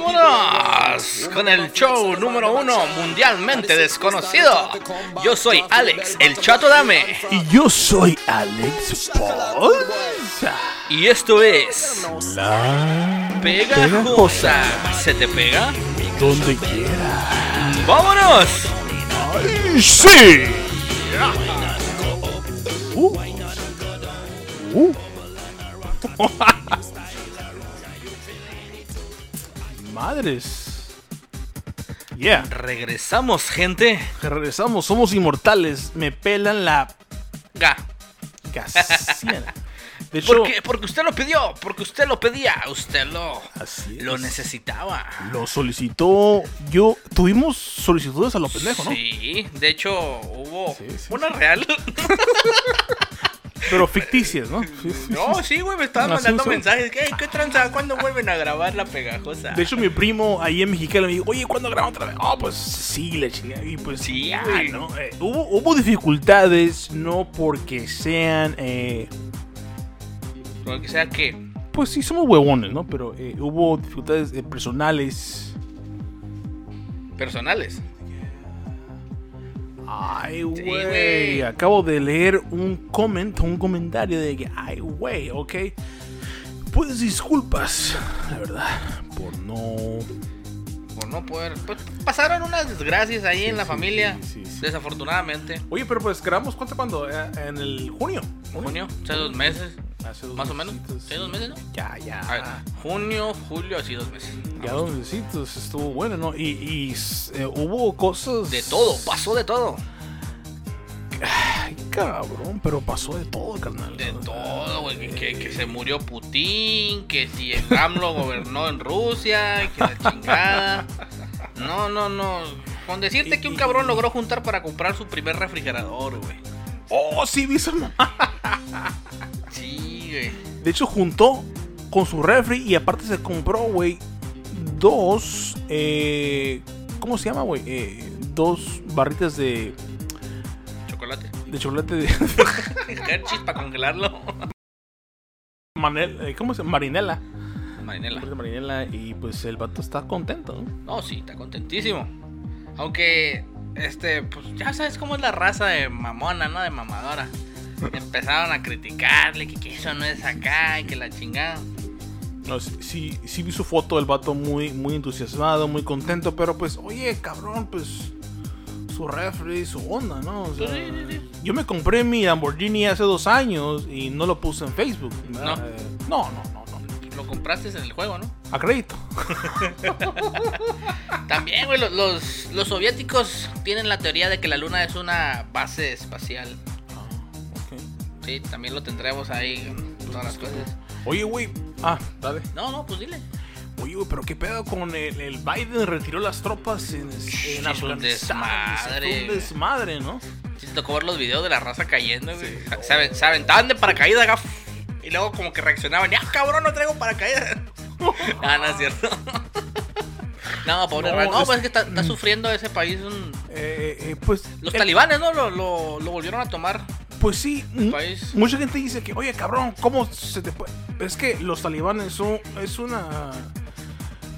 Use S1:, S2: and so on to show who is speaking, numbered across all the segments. S1: Vámonos con el show número uno mundialmente desconocido. Yo soy Alex, el Chato Dame.
S2: Y yo soy Alex Ponza.
S1: Y esto es
S2: La
S1: Pegajosa. ¿Se te pega?
S2: donde quiera.
S1: ¡Vámonos!
S2: ¡Sí! Uh. Uh. Madres. Yeah.
S1: Regresamos, gente.
S2: Regresamos, somos inmortales. Me pelan la
S1: Ga.
S2: casiana. De hecho,
S1: ¿Por qué? Porque usted lo pidió, porque usted lo pedía, usted lo,
S2: Así es.
S1: lo necesitaba.
S2: Lo solicitó yo. Tuvimos solicitudes a los pendejos, ¿no?
S1: Sí, de hecho hubo
S2: Sí, sí,
S1: una real.
S2: Pero ficticias, ¿no? Sí, sí.
S1: No, sí, güey, me estaban
S2: No, sí,
S1: mandando
S2: sí.
S1: mensajes. ¿Qué, ¿Qué tranza? ¿Cuándo vuelven a grabar la pegajosa?
S2: De hecho, mi primo ahí en Mexicali me dijo, oye, ¿cuándo grabamos otra vez? Oh, pues sí, la chingada. Y pues
S1: Sí,
S2: ya,
S1: güey.
S2: ¿no? Eh, hubo, hubo dificultades, no porque sean, eh,
S1: O sea que.
S2: pues sí, somos huevones, ¿no? Pero eh, hubo dificultades eh, personales.
S1: Personales.
S2: Ay,
S1: Sí,
S2: güey.
S1: güey.
S2: Acabo de leer un comment, un comentario de que, ay, güey, ok. Pues disculpas, la verdad, por no
S1: Por no poder. Pues pasaron unas desgracias ahí en la
S2: sí,
S1: familia.
S2: sí, sí, sí.
S1: Desafortunadamente.
S2: Oye, pero pues grabamos cuánto cuando en el junio.
S1: Junio, hace dos meses.
S2: Hace dos
S1: Más o menos.
S2: mesecitos,
S1: Sí, dos meses, ¿no?
S2: Ya, ya.
S1: A ver, junio, julio, así dos meses.
S2: ya dos mesecitos, estuvo bueno, ¿no? Y, y, s- eh, hubo cosas.
S1: De todo, pasó de todo.
S2: Ay, cabrón, pero pasó de todo, carnal.
S1: De todo, güey. Que, que- que se murió Putin, que si el AMLO gobernó en Rusia, que la chingada. No, no, no. Con decirte que un cabrón logró juntar para comprar su primer refrigerador, güey.
S2: Oh, sí, vi esa ma-
S1: Sí, güey.
S2: De hecho, juntó con su refri y aparte se compró, güey, dos. Eh, ¿Cómo se llama, güey? Eh, dos barritas de,
S1: Chocolate.
S2: de chocolate de.
S1: Hershey's para congelarlo.
S2: Manel, eh, ¿Cómo se llama? Marinela.
S1: Marinela.
S2: Barritas de Marinela. Y pues el vato está contento, ¿no?
S1: No, sí, está contentísimo. Aunque, este, pues ya sabes cómo es la raza de mamona, ¿no? De mamadora. Empezaron a criticarle que, que eso no es acá y que la chingada.
S2: No, sí, sí, sí vi su foto del vato muy, muy entusiasmado, muy contento, pero pues, oye, cabrón, pues su refri, su onda, ¿no? O sea,
S1: Pues, Sí, sí, sí.
S2: yo me compré mi Lamborghini hace dos años y no lo puse en Facebook. ¿verdad?
S1: No.
S2: Eh, no, no, no, no.
S1: pues, Lo compraste en el juego, ¿no?
S2: A crédito.
S1: También, güey, los, los, los soviéticos tienen la teoría de que la luna es una base espacial. Sí, también lo tendremos ahí en todas las cosas.
S2: Oye, güey. Ah, dale.
S1: No, no, pues dile.
S2: Oye, güey, pero qué pedo con el, el Biden retiró las tropas en, en
S1: es un
S2: Afganistán.
S1: desmadre.
S2: Es un desmadre, ¿no?
S1: Sí, te tocó ver los videos de la raza cayendo, güey. Se, aven- se aventaban de paracaídas acá. Y luego como que reaccionaban, ¡ah, cabrón, no traigo paracaídas! ah, no es cierto. no, pobre
S2: No,
S1: raza. No,
S2: es-
S1: pues es que está, está sufriendo ese país. un-
S2: Eh, eh, eh, pues
S1: Los
S2: el-
S1: talibanes, ¿no? Lo, lo, lo volvieron a tomar.
S2: Pues sí, mu-
S1: país.
S2: mucha gente dice que, oye, cabrón, ¿cómo se te puede...? Es que los talibanes son, es una...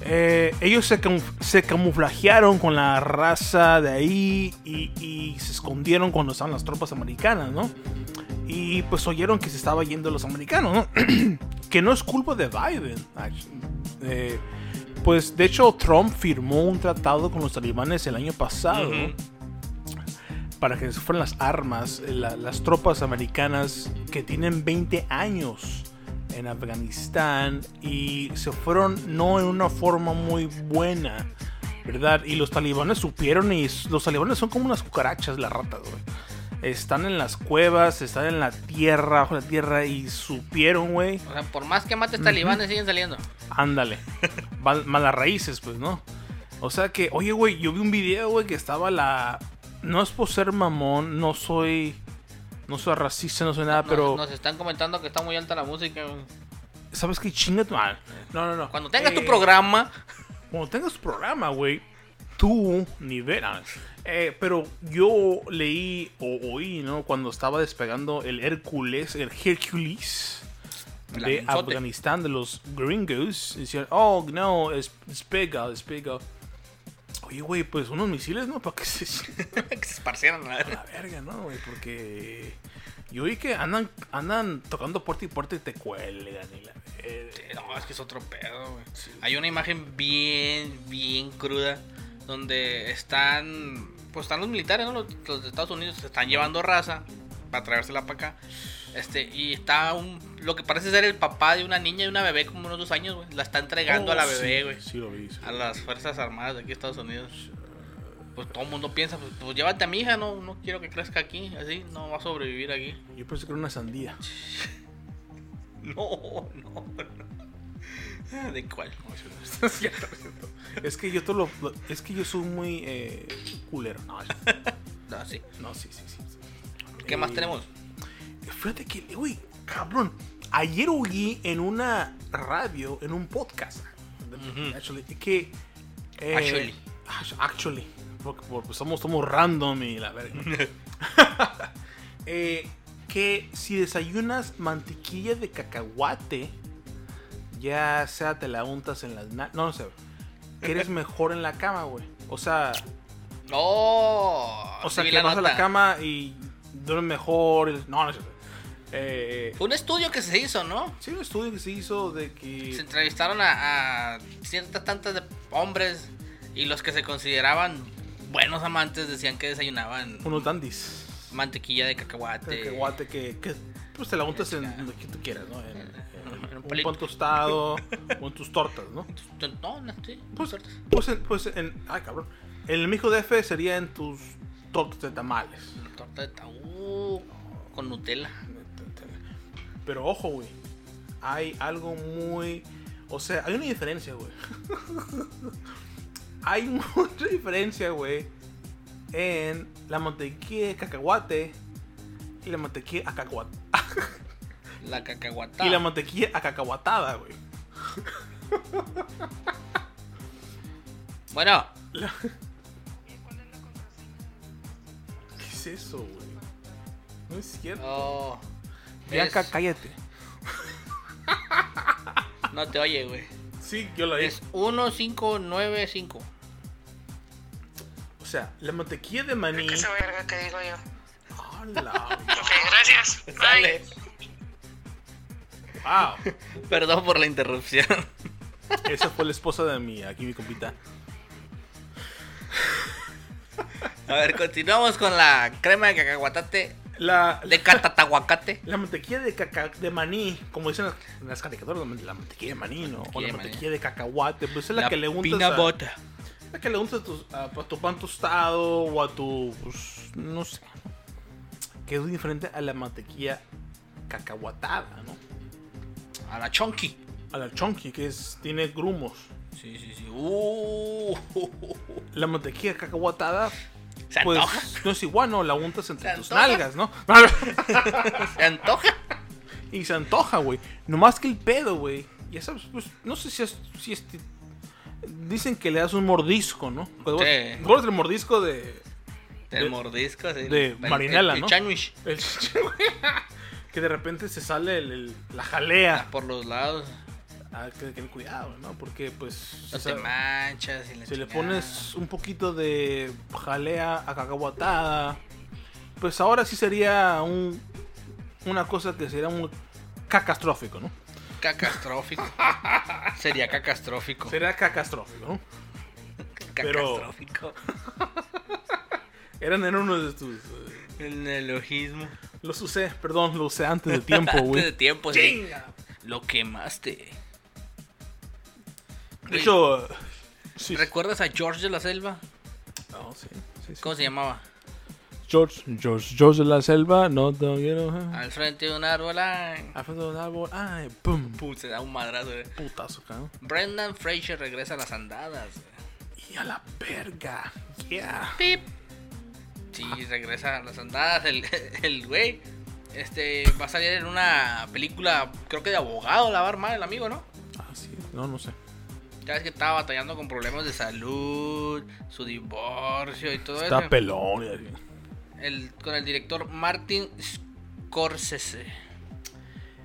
S2: eh, ellos se, camuf- se camuflajearon con la raza de ahí y, y se escondieron cuando estaban las tropas americanas, ¿no? Y pues oyeron que se estaba yendo los americanos, ¿no? que no es culpa de Biden. ach- eh, pues de hecho Trump firmó un tratado con los talibanes el año pasado
S1: Ujú.
S2: para que se fueran las armas, eh, la- las tropas americanas que tienen 20 años en Afganistán y se fueron no en una forma muy buena, ¿verdad? Y los talibanes supieron y s- los talibanes son como unas cucarachas, las ratas, güey. Están en las cuevas, están en la tierra, bajo la tierra y supieron, güey.
S1: O sea, por más que mates talibanes, siguen saliendo.
S2: Ándale. Mal- Malas raíces, pues, ¿no? O sea que, oye, güey, yo vi un video, güey, que estaba la. No es por ser mamón, no soy. No soy racista, no soy nada,
S1: Nos-
S2: Ah, pero.
S1: Nos están comentando que está muy alta la música. güey.
S2: ¿Sabes qué chinga tu madre? No, no, no.
S1: Cuando tengas tu
S2: Eh,
S1: programa,
S2: Cuando tengas tu programa, güey, tú nivel. ah, eh, pero yo leí o oí, ¿no? Cuando estaba despegando el Hércules, el Hércules. de
S1: Lanzote.
S2: Afganistán, de los gringos, decían, oh, no, es, es pega, es pega. Oye, güey, pues unos misiles, ¿no? ¿Para qué se
S1: que se esparcieran. la
S2: a
S1: verga.
S2: la verga, ¿no, güey? Porque yo vi que andan, andan tocando puerta y puerta y te cuelgan y la verga.
S1: Sí, Eh, No, es que es otro pedo, güey. Hay una imagen bien, bien cruda donde están, pues están los militares, ¿no? Los, los de Estados Unidos se están llevando raza para traérsela para acá. Este, y está un, lo que parece ser el papá de una niña y una bebé como unos dos años, güey. La está entregando a la
S2: Oh, sí,
S1: bebé, güey.
S2: Sí, lo vi. sí.
S1: A las Fuerzas Armadas de aquí de Estados Unidos. Pues todo el mundo piensa, pues, pues llévate a mi hija, no, no quiero que crezca aquí, así no va a sobrevivir aquí.
S2: Yo pensé que era una sandía.
S1: No, no, no. ¿De cuál?
S2: es que yo todo lo, lo- es que yo soy muy eh, culero. No,
S1: No, sí.
S2: no, sí, sí, sí. sí.
S1: ¿Qué más
S2: Eh,
S1: tenemos?
S2: Fíjate que, güey, cabrón. Ayer oí en una radio, en un podcast,
S1: Ujú.
S2: actually, que. eh,
S1: Actually.
S2: act- Actually. Porque, porque somos, somos random y la verga. Eh, que si desayunas mantequilla de cacahuate, ya sea te la untas en las. na- No, no sé. Que eres mejor en la cama, güey. O sea,
S1: No.
S2: o sea
S1: ¡Oh! Ah, sí vi
S2: que vas a la
S1: nota.
S2: cama y duermes mejor. y- No, no sé. Eh,
S1: Fue un estudio que se hizo, ¿no?
S2: Sí, un estudio que se hizo de que.
S1: Se entrevistaron a, a ciertas tantas de hombres y los que se consideraban buenos amantes decían que desayunaban
S2: Unos dandis.
S1: mantequilla de cacahuate.
S2: Cacahuate que, que. Pues te la untas en
S1: Ya.
S2: lo que tú quieras, ¿no? En, en-
S1: En un
S2: un
S1: palito.
S2: pan tostado o en tus tortas, ¿no?
S1: No, no, sí.
S2: Pues,
S1: tortas.
S2: pues, en, pues en. Ay, cabrón. En el mijo DF sería en tus tortas de tamales.
S1: Torta de tabú con Nutella.
S2: Pero ojo, güey. Hay algo muy. O sea, hay una diferencia, güey. hay mucha diferencia, güey. En la mantequilla de cacahuate y la mantequilla a cacahuate.
S1: La cacahuata.
S2: Y la mantequilla acacahuatada, güey.
S1: bueno,
S2: ¿Qué es eso, güey? No es cierto.
S1: oh,
S2: Bianca,
S1: es-
S2: cállate.
S1: no te oye, güey.
S2: Sí, yo la
S1: Es 1595.
S2: O sea, la mantequilla de maní.
S3: Que se verga que digo yo.
S2: ¡Hala!
S3: Ok, gracias. Bye.
S1: Sale.
S2: ¡Wow!
S1: Perdón por la interrupción.
S2: Esa fue la esposa de mi, aquí mi compita.
S1: A ver, continuamos con la crema de cacahuatate
S2: La,
S1: de catatahuacate.
S2: la mantequilla de, caca, de maní, como dicen las, las caricaturas, la mantequilla de maní, ¿no? o
S1: Mantequilla
S2: la
S1: de maní.
S2: mantequilla de cacahuate, pues es la, que le untas
S1: pina
S2: a,
S1: bota.
S2: la que le untas a tu, a- a tu pan tostado o a tu, pues, no sé, que es diferente a la mantequilla cacahuatada, ¿no?
S1: A la chonky.
S2: A la chonky, que es, tiene grumos.
S1: Sí, sí, sí. Uh,
S2: La mantequilla cacahuatada,
S1: se
S2: pues,
S1: antoja.
S2: no es igual, ¿no? La untas entre
S1: ¿Se
S2: tus
S1: antoja?
S2: nalgas, ¿no?
S1: Se antoja.
S2: Y se antoja, güey. Nomás que el pedo, güey. Ya sabes, pues, no sé si es. Si es- dicen que le das un mordisco, ¿no? ¿Cuál es
S1: Sí.
S2: el mordisco de.
S1: Del mordisco. sí.
S2: de
S1: El- el-
S2: marinela,
S1: el
S2: ¿no?
S1: chanwish.
S2: el chiche, güey? que de repente se sale el- el- la jalea.
S1: Ah, Por los lados.
S2: Ah, que que tener cuidado, ¿no? Porque, pues.
S1: No
S2: o sea,
S1: te manchas. y la
S2: si le
S1: chingada.
S2: pones un poquito de jalea a cacahuatada, pues ahora sí sería un, una cosa que sería muy catastrófico, ¿no?
S1: Cacastrófico. Sería cacastrófico.
S2: Sería catastrófico, ¿no? pero-
S1: Cacastrófico.
S2: Eran en uno de tus. eh,
S1: El neologismo.
S2: Los usé, perdón, lo usé antes de tiempo,
S1: Antes de
S2: güey.
S1: tiempo, sí.
S2: ¡Chinga!
S1: Lo quemaste.
S2: De hecho, sí.
S1: ¿Recuerdas a George de la Selva?
S2: No, sí, sí, sí.
S1: ¿Cómo se llamaba?
S2: George, George, George de la selva, no te quiero. eh.
S1: Al frente de un árbol. ay.
S2: Al frente de un árbol, ay, pum, pum,
S1: Pum, se da un madrazo. eh.
S2: putazo, cabrón.
S1: Brendan Fraser regresa a las andadas. eh.
S2: Y a la verga, yeah.
S1: Pip. Sí, regresa a las andadas. El, el güey. Este va a salir en una película, creo que de abogado, la va a armar el amigo, ¿no?
S2: Ah, sí, no, no sé.
S1: Ya ves que estaba batallando con problemas de salud, su divorcio y todo
S2: Está
S1: eso.
S2: pelón y así.
S1: El- con el director Martin Scorsese.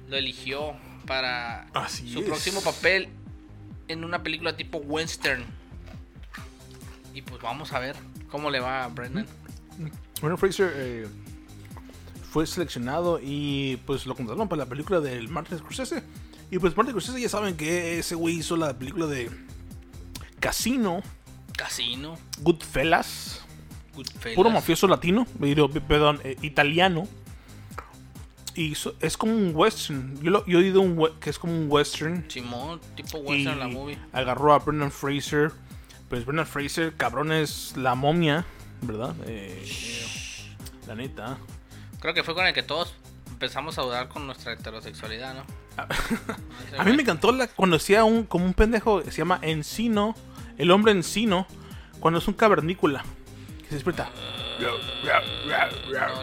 S1: Lo eligió para
S2: Así
S1: su
S2: es.
S1: próximo papel en una película tipo western. Y pues vamos a ver cómo le va a Brendan.
S2: Brendan Fraser eh, fue seleccionado y pues lo contrataron para la película del Martin Scorsese. Y pues Martin Scorsese ya saben que ese güey hizo la película de Casino,
S1: Casino,
S2: Goodfellas,
S1: Goodfellas.
S2: puro mafioso latino, digo, p- perdón, eh, italiano. Y so- es como un western. Yo, lo- yo he oído un we- que es como un western.
S1: Simón, tipo
S2: y
S1: western la movie.
S2: agarró a Brendan Fraser. Pues Brendan Fraser, cabrón, es la momia, ¿verdad? Eh, eh, la neta.
S1: Creo que fue con el que todos empezamos a dudar con nuestra heterosexualidad, ¿no?
S2: Ah, A mí me encantó la, cuando hacía un, como un pendejo que se llama Encino, el hombre Encino, cuando es un cavernícola. Que se despierta.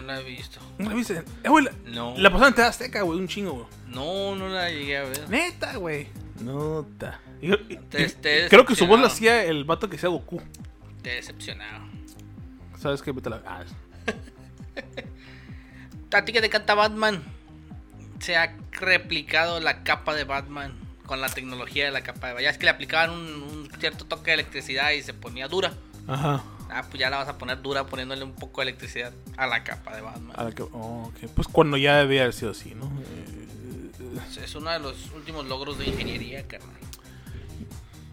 S1: No la he visto.
S2: ¿No la viste? Eh, güey, la,
S1: No.
S2: la pasaron en TV Azteca, güey, un chingo, güey.
S1: No, no la llegué a ver.
S2: Neta, güey. Nota. Y- y-
S1: Te- te-
S2: creo que su voz
S1: decepcionado.
S2: la hacía el vato que sea Goku.
S1: Qué decepcionado.
S2: ¿Sabes qué? Vete a la- ah,
S1: A ti que te encanta Batman, se ha replicado la capa de Batman con la tecnología de la capa de Batman. Ya es que le aplicaban un, un cierto toque de electricidad y se ponía dura.
S2: Ajá.
S1: Ah, pues ya la vas a poner dura poniéndole un poco de electricidad a la capa de Batman.
S2: A la que- oh, ok. Pues cuando ya debía haber sido así, ¿no? Eh,
S1: Es- Es uno de los últimos logros de ingeniería, carnal.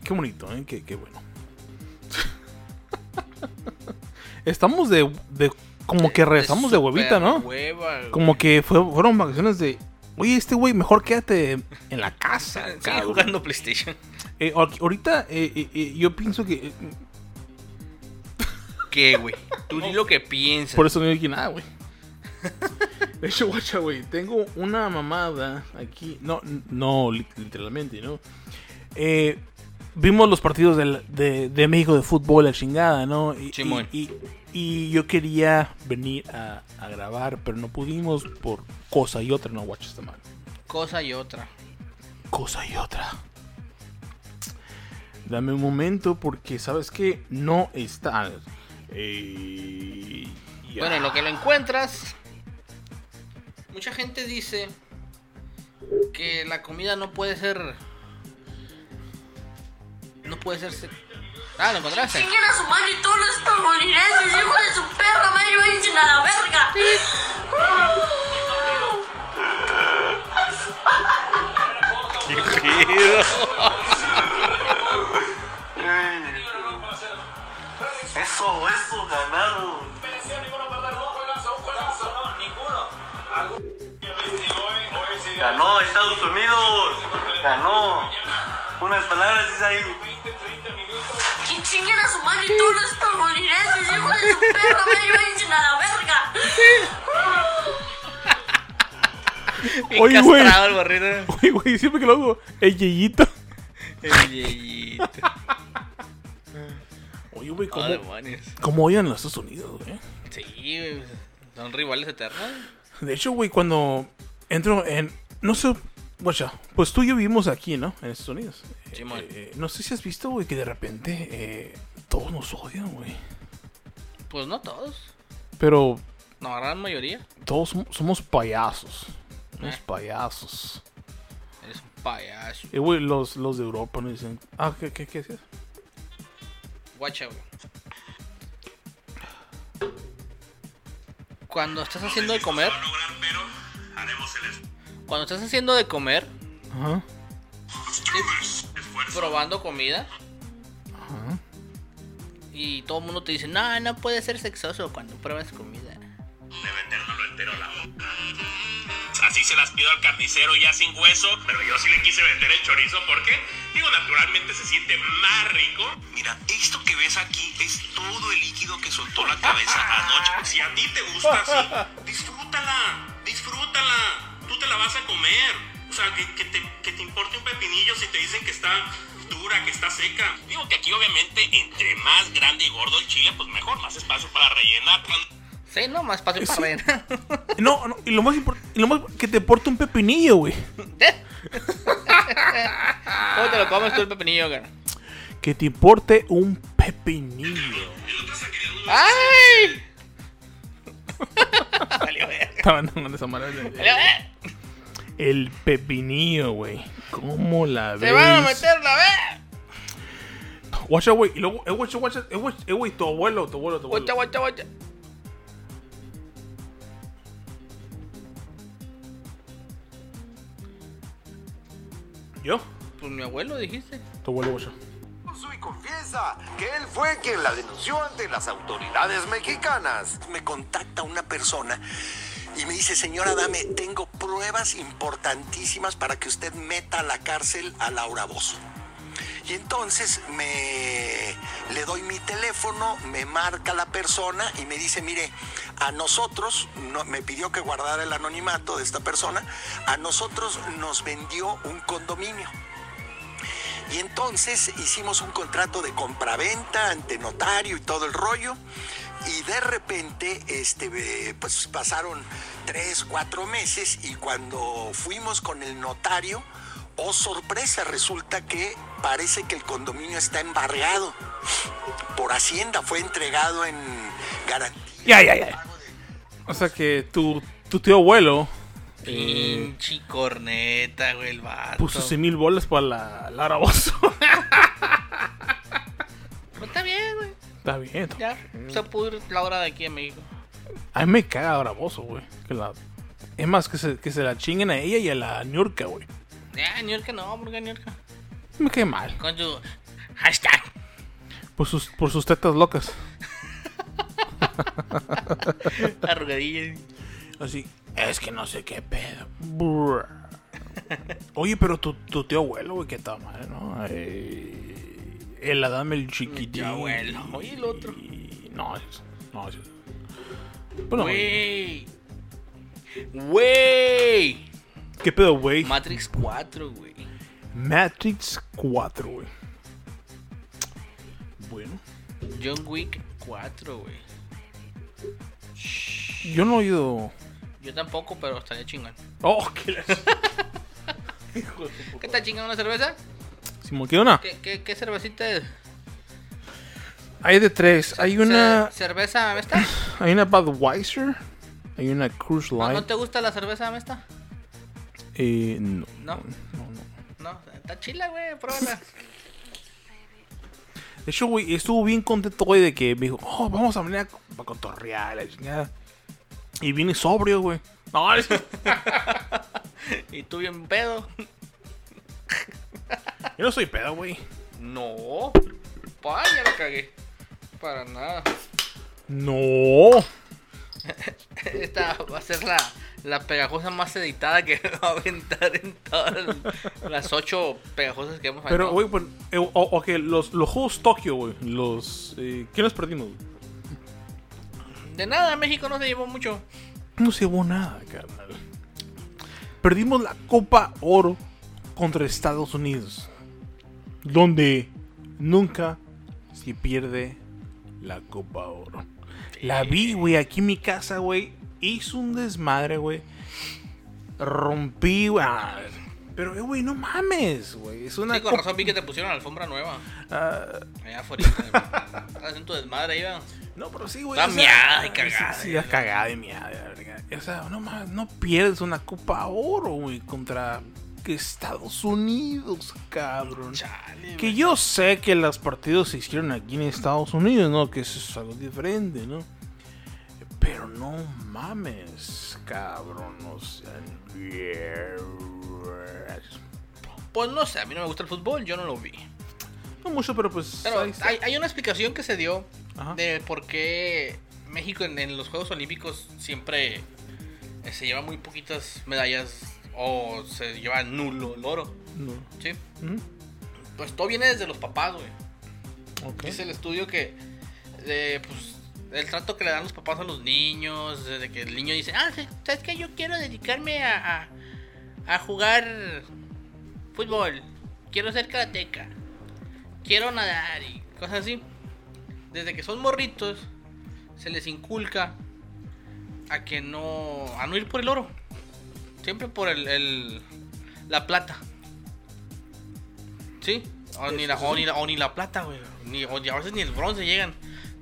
S2: qué bonito, ¿eh? Qué, qué bueno. Estamos de, de- Como que regresamos de
S1: super
S2: huevita, ¿no?
S1: Hueva, güey.
S2: Como que fue- fueron vacaciones de... Oye, este güey, mejor quédate en la casa.
S1: Sigue
S2: cabrón".
S1: jugando PlayStation.
S2: Eh, ahor- ahorita eh, eh, eh, yo pienso que... eh,
S1: ¿Qué, güey? Tú di lo que piensas.
S2: Por eso no dije nada, güey. De hecho, guacha, güey. Tengo una mamada aquí. No, no, li- literalmente, ¿no? Eh, vimos los partidos del- de, de México de fútbol, la chingada, ¿no? Y,
S1: Simón.
S2: y, y- y yo quería venir a, a grabar, pero no pudimos por cosa y otra, no, guacha, está mal.
S1: Cosa y otra.
S2: Cosa y otra. Dame un momento porque sabes que no está. Eh, ya.
S1: Bueno, en lo que lo encuentras, mucha gente dice que la comida no puede ser. No puede ser. se- Ah, lo encontraste.
S4: Chinguen a su madre todos los estadounidenses, hijo de su perra madre, váyanse a la verga.
S5: Eh, Eso, eso, ganado. Ganó Estados Unidos. Ganó. Unas palabras es ahí.
S4: Y chinguen a su madre todos los estadounidenses, hijo de su perra madre, váyanse a la verga.
S1: Bien
S2: Oye, güey.
S1: castrado el barrito.
S2: Güey, güey, siempre que lo hago, el yeyito.
S1: El yeyito.
S2: Oye, güey,
S1: Oh,
S2: ¿cómo,
S1: demonios.
S2: cómo odian los Estados Unidos, güey?
S1: Sí, güey, son rivales eternos.
S2: De hecho, güey, cuando entro en. No sé, guacha, pues tú y yo vivimos aquí, ¿no? En Estados Unidos.
S1: Sí, man.
S2: Eh, eh, no sé si has visto, güey, que de repente eh, todos nos odian, güey.
S1: Pues no todos.
S2: Pero
S1: No, la gran mayoría.
S2: todos som- somos payasos. Somos
S1: Eh.
S2: payasos.
S1: Eres un payaso.
S2: Eh, güey, los, los de Europa nos dicen. Ah, ¿qué, qué, qué hacías?
S1: Guacha, güey. Cuando estás haciendo de comer. Cuando estás haciendo de comer,
S2: Ajá.
S1: probando comida,
S2: Ajá.
S1: y todo el mundo te dice, no, no puede ser sexoso cuando pruebas comida.
S6: de vendérnoslo entero a la boca. Así se las pido al carnicero ya sin hueso, pero yo sí le quise vender el chorizo porque, digo, naturalmente se siente más rico. Mira, esto que ves aquí es todo el líquido que soltó la cabeza anoche. Si a ti te gusta así, disfrútala, disfrútala. Tú te la vas a comer. O sea, que, que te, que te importe un pepinillo si te dicen que está dura, que está seca. Digo que aquí obviamente entre más grande y gordo el chile, pues mejor, más espacio para rellenar.
S1: Sí, no, más fácil para
S2: Sí.
S1: rellenar.
S2: No, no, y lo más importante, lo más que te porte un pepinillo, güey.
S1: ¿Cómo te lo comes tú el pepinillo, cara?
S2: Que te importe un pepinillo.
S1: ¡Ay! Salió, eh.
S2: Estaba andando esa madre.
S1: Salió, eh.
S2: El pepinillo, güey. ¿Cómo la ves?
S1: ¡Se van a meter la vez!
S2: Guacha, güey. Y luego, eh, guacha, guacha, eh, guacha, eh, güey, tu abuelo, tu abuelo, tu abuelo.
S1: Guacha, guacha, guacha.
S2: ¿Yo?
S1: Pues mi abuelo dijiste.
S2: Tu abuelo, guacha.
S7: y confiesa que él fue quien la denunció ante las autoridades mexicanas.
S8: me contacta una persona y me dice, señora, dame, tengo pruebas importantísimas para que usted meta a la cárcel a Laura Bozo. Y entonces me le doy mi teléfono, me marca la persona y me dice, mire, a nosotros, no- me pidió que guardara el anonimato de esta persona, a nosotros nos vendió un condominio. Y entonces hicimos un contrato de compraventa ante notario y todo el rollo. Y de repente, este, eh, pues pasaron tres, cuatro meses y cuando fuimos con el notario, oh sorpresa, resulta que parece que el condominio está embargado por Hacienda, fue entregado en garantía.
S2: Ya, ya, ya. O sea que tu, tu tío abuelo eh,
S1: Pinche corneta, güey, el vato.
S2: puso 100 mil bolas para la Lara Bozo.
S1: Pues está bien, güey.
S2: Está bien. está-
S1: Ya se pudo ir la hora de aquí en México.
S2: A mí me caga Lara Bozo, güey. Que la- Es más, que se, que se la chinguen a ella y a la Niurka, güey.
S1: Ya, New York no, porque New York.
S2: Me cae mal.
S1: Con su hashtag.
S2: Por sus, por sus tetas locas.
S1: Arrugadilla.
S2: Así, es que no sé qué pedo. Brr. Oye, pero tu, tu tío abuelo, güey, qué tal, madre, ¿no? Eh, el Adam el chiquitín.
S1: tío abuelo. Oye, el otro.
S2: Y- No, es- no, es- Bueno,
S1: Güey. Güey.
S2: ¿qué pedo, güey?
S1: Matrix 4, güey.
S2: Matrix 4, güey. Bueno.
S1: John Wick 4, güey.
S2: Yo no he oído...
S1: Yo tampoco, pero estaría chingón.
S2: Oh, qué la...
S1: ¿Qué está chingando una cerveza?
S2: Si me queda una.
S1: ¿Qué, qué, qué cervecita es?
S2: Hay de tres. Hay una...
S1: Ce- ¿Cerveza Amesta?
S2: Hay una Budweiser. Hay una Cruise
S1: ¿No,
S2: Line.
S1: no te gusta la cerveza Amesta?
S2: Eh, no.
S1: No. No, está chila, güey, pruébala.
S2: De hecho, güey, estuvo bien contento, güey, de que me dijo, oh, vamos a venir a, co- a cotorrear, la chingada. Y vine sobrio, güey. No, es- yo
S1: ¿Y tú bien pedo?
S2: no soy pedo, güey.
S1: No. Pa, ya la cagué. Para nada.
S2: No.
S1: Esta va a ser la, la pegajosa más editada que va a aventar en todas las- las ocho pegajosas que hemos
S2: Pero,
S1: aventado.
S2: güey, pues, eh, o- ok, los, los juegos Tokio, güey. Los. Eh, ¿Qué nos perdimos? güey?
S1: De nada, México no se llevó mucho.
S2: No se llevó nada, carnal. Perdimos la Copa Oro contra Estados Unidos. Donde nunca se pierde la Copa Oro. La vi, güey, aquí en mi casa, güey. Hizo un desmadre, güey. Rompí, güey. Ah, Pero, eh, güey, no mames, güey. Es una
S1: Sí, con
S2: copa-
S1: razón vi que te pusieron alfombra nueva.
S2: Ah,
S1: Allá afuera. Estás haciendo tu desmadre, iba.
S2: No, pero sí, güey.
S1: Está
S2: o sea,
S1: miada y cagada.
S2: Sí, sí, está cagada y miada. la verga. O sea, no más, no pierdes una Copa Oro, güey, contra Estados Unidos, cabrón.
S1: Chale,
S2: Que yo sé que los partidos se hicieron aquí en Estados Unidos, ¿no? Que eso es algo diferente, ¿no? Pero no mames, cabrón. O sea,
S1: Pues no sé, a mí no me gusta el fútbol, yo no lo vi.
S2: no mucho, pero pues.
S1: Pero
S2: ahí está.
S1: hay, hay una explicación que se dio
S2: Ajá.
S1: de por qué México en, en los Juegos Olímpicos siempre eh, se lleva muy poquitas medallas o se lleva nulo el oro.
S2: No.
S1: Sí.
S2: Ujú.
S1: Pues todo viene desde los papás, güey.
S2: Ok.
S1: Dice el estudio que eh, pues, el trato que le dan los papás a los niños, desde que el niño dice, ah, sí, ¿sabes qué? Yo quiero dedicarme a, a, a jugar fútbol, quiero ser karateca, quiero nadar y cosas así. Desde que son morritos, se les inculca a que no, a no ir por el oro, siempre por el, el- la plata. ¿Sí? O ni, la, o ni la- o ni la plata, güey. Ni, o ni- a veces ni el bronce llegan.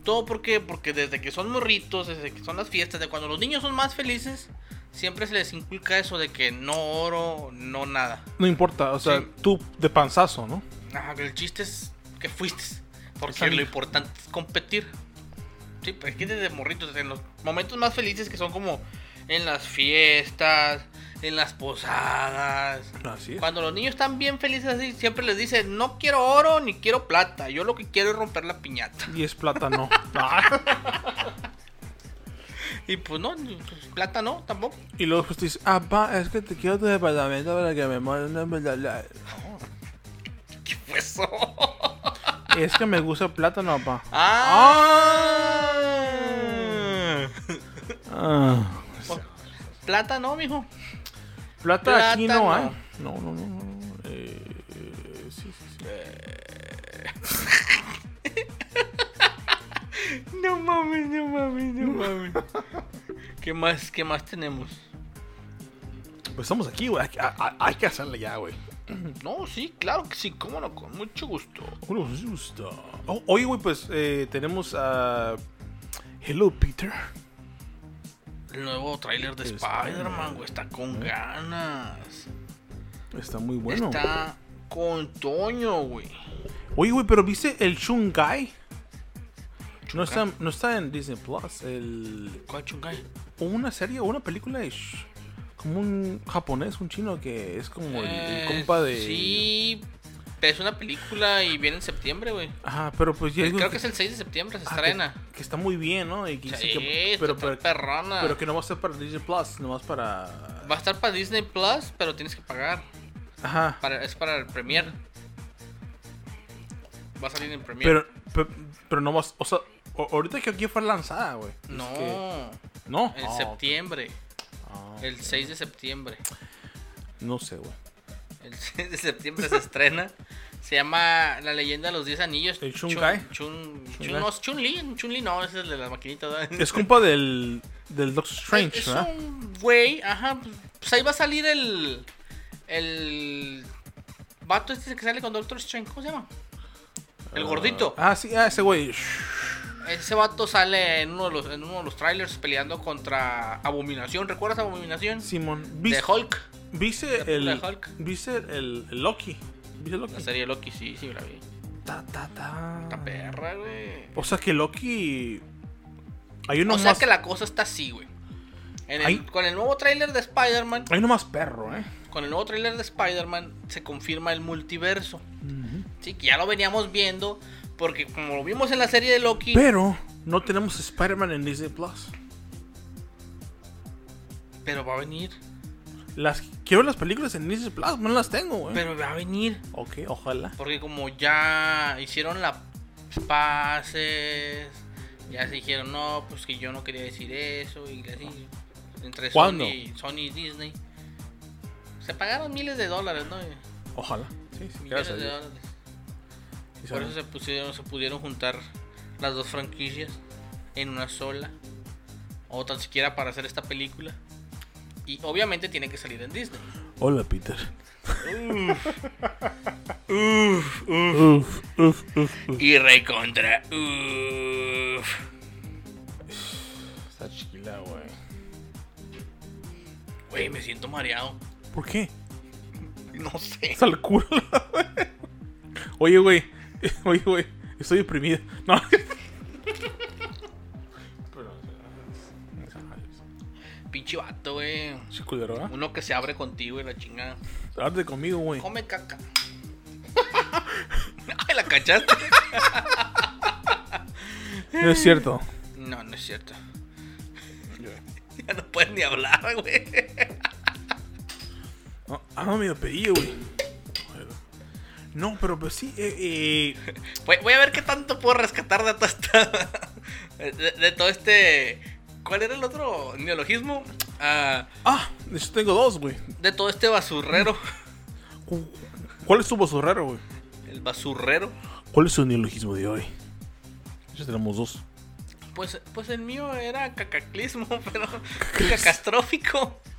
S1: Todo porque, porque desde que son morritos, desde que son las fiestas, de cuando los niños son más felices, siempre se les inculca eso de que no oro, no nada.
S2: No importa, o sea,
S1: Sí.
S2: tú de panzazo, ¿no?
S1: Ajá, que el chiste es que fuiste. Porque
S2: Exacto.
S1: lo importante es competir. Sí, pues que desde morritos, en los momentos más felices que son como en las fiestas, en las posadas.
S2: Así es.
S1: Cuando los niños están bien felices así, siempre les dicen, no quiero oro ni quiero plata, yo lo que quiero es romper la piñata.
S2: Y es plátano.
S1: Y pues no, ni- pues, plata no, tampoco.
S2: y luego después te dice, ah, pa, es que te quiero tu departamento para que me pues, muera una bla, bla".
S1: ¿Qué fue eso?
S2: Es que me gusta el plátano, pa.
S1: ¡Ah!
S2: Ah.
S1: Plata no, mijo.
S2: Plata aquí no
S1: Plátano.
S2: hay. No, no, no, no. no. Eh, eh, sí, sí, sí.
S1: No mames, no mames, no mames. ¿Qué más, qué más tenemos?
S2: Pues estamos aquí, güey. Hay, que- hay- hay- hay que hacerle ya, güey.
S1: No, sí, claro que sí, cómo no, con mucho gusto.
S2: Bueno, nos gusta. Oh, oye, güey, pues eh, tenemos a. Hello, Peter.
S1: El nuevo tráiler de
S2: Spider-Man.
S1: Spider-Man, güey, está con ganas.
S2: Está muy bueno.
S1: Está con Toño, güey.
S2: Oye, güey, pero ¿viste el Chungai? No está, no está en Disney Plus. El,
S1: ¿Cuál chungay?
S2: una serie o una película de sh- como un japonés, un chino que es como el, el
S1: Eh,
S2: compa de.
S1: Sí, pero es una película y viene en septiembre, güey.
S2: Ajá, pero pues ya.
S1: Creo que es el 6 de septiembre, se
S2: ah, que-
S1: estrena.
S2: Que, está muy bien, ¿no? Y que
S1: Sí,
S2: dice que-
S1: está
S2: pero,
S1: tan
S2: pero,
S1: perrona.
S2: pero que no va a ser para Disney Plus, nomás para.
S1: Va a estar para Disney Plus, pero tienes que pagar.
S2: Ajá.
S1: Para, es para el Premier. Va a salir en Premier.
S2: Pero, pero, pero no más, o sea, a- ahorita que aquí fue lanzada, güey. Es
S1: no,
S2: que- no.
S1: en
S2: Ah,
S1: septiembre.
S2: ah,
S1: El 6 de septiembre.
S2: no sé, güey.
S1: El 6 de septiembre se estrena. Se llama La leyenda de los 10 anillos.
S2: ¿El Chungai?
S1: Chun, Chun,
S2: Chungai.
S1: no, Chun-Li. Chun-Li no, ese es el de la maquinita. ¿verdad?
S2: Es culpa del, del Doctor Strange,
S1: Es
S2: ¿verdad?
S1: un güey, ajá. Pues ahí va a salir el. El. Vato este que sale con Doctor Strange. ¿Cómo se llama? El gordito.
S2: Ah, sí, ah, ese güey. Shh.
S1: Ese vato sale en uno de los, en uno de los trailers peleando contra Abominación. ¿Recuerdas Abominación?
S2: Simón.
S1: De
S2: ¿Viste,
S1: Hulk.
S2: viste
S1: de
S2: el.
S1: Hulk.
S2: Viste el, el Loki. ¿Viste Loki?
S1: La serie de Loki, sí, sí, me la vi.
S2: Ta, ta, ta.
S1: Esta perra, güey.
S2: Ah. O sea que Loki. Hay uno
S1: o sea
S2: más.
S1: que la cosa está así, güey. En el-
S2: Ahí-
S1: con el nuevo tráiler de Spider-Man,
S2: Hay uno más perro, ¿eh?
S1: con el nuevo tráiler de Spider-Man se confirma el multiverso. Sí, que ya lo veníamos viendo porque como lo vimos en la serie de Loki,
S2: Pero no tenemos Spider-Man en Disney Plus.
S1: pero va a venir,
S2: Las, quiero las películas en Disney Plus, no las tengo, güey.
S1: pero va a venir,
S2: Ok, ojalá.
S1: porque como ya hicieron las paces, ya se dijeron, "No, pues que yo no quería decir eso" y así entre
S2: ¿Cuándo?
S1: Sony, Sony y Disney. Se pagaron miles de dólares, ¿no?
S2: Ojalá. Sí, sí,
S1: Millones
S2: gracias. a
S1: de
S2: Dios.
S1: dólares.
S2: Sí,
S1: Por
S2: sabe.
S1: eso se pusieron, se pudieron juntar las dos franquicias en una sola. O tan siquiera para hacer esta película. Y obviamente tiene que salir en Disney.
S2: Hola, Peter. Uf, uf, uf.
S1: Y recontra. Uff.
S2: Está chila, güey.
S1: Güey, me siento mareado.
S2: ¿Por
S1: Eh.
S2: qué?
S1: No sé.
S2: Está el culo. Oye, güey. Oye, güey. Estoy deprimido. No.
S1: Pinche vato, güey.
S2: Sí, culero, ¿verdad?
S1: Uno que se abre contigo y la chingada.
S2: Arde conmigo, güey.
S1: Come caca. Ay, la cachaste.
S2: No es cierto.
S1: No, no es cierto. Ya no puedes ni hablar, güey.
S2: Ah, Ah, no, me lo pedí, güey. No, pero pues sí. Eh, eh,
S1: Voy, voy a ver qué tanto puedo rescatar de toda esta- de, de todo este. ¿Cuál era el otro neologismo? Ah,
S2: Ah, yo tengo dos, güey.
S1: de todo este basurrero.
S2: Cu- ¿Cuál es tu basurrero, güey?
S1: El basurrero.
S2: ¿Cuál es su neologismo de hoy? Ya tenemos dos.
S1: Pues, pues el mío era cacaclismo, pero cacastrófico.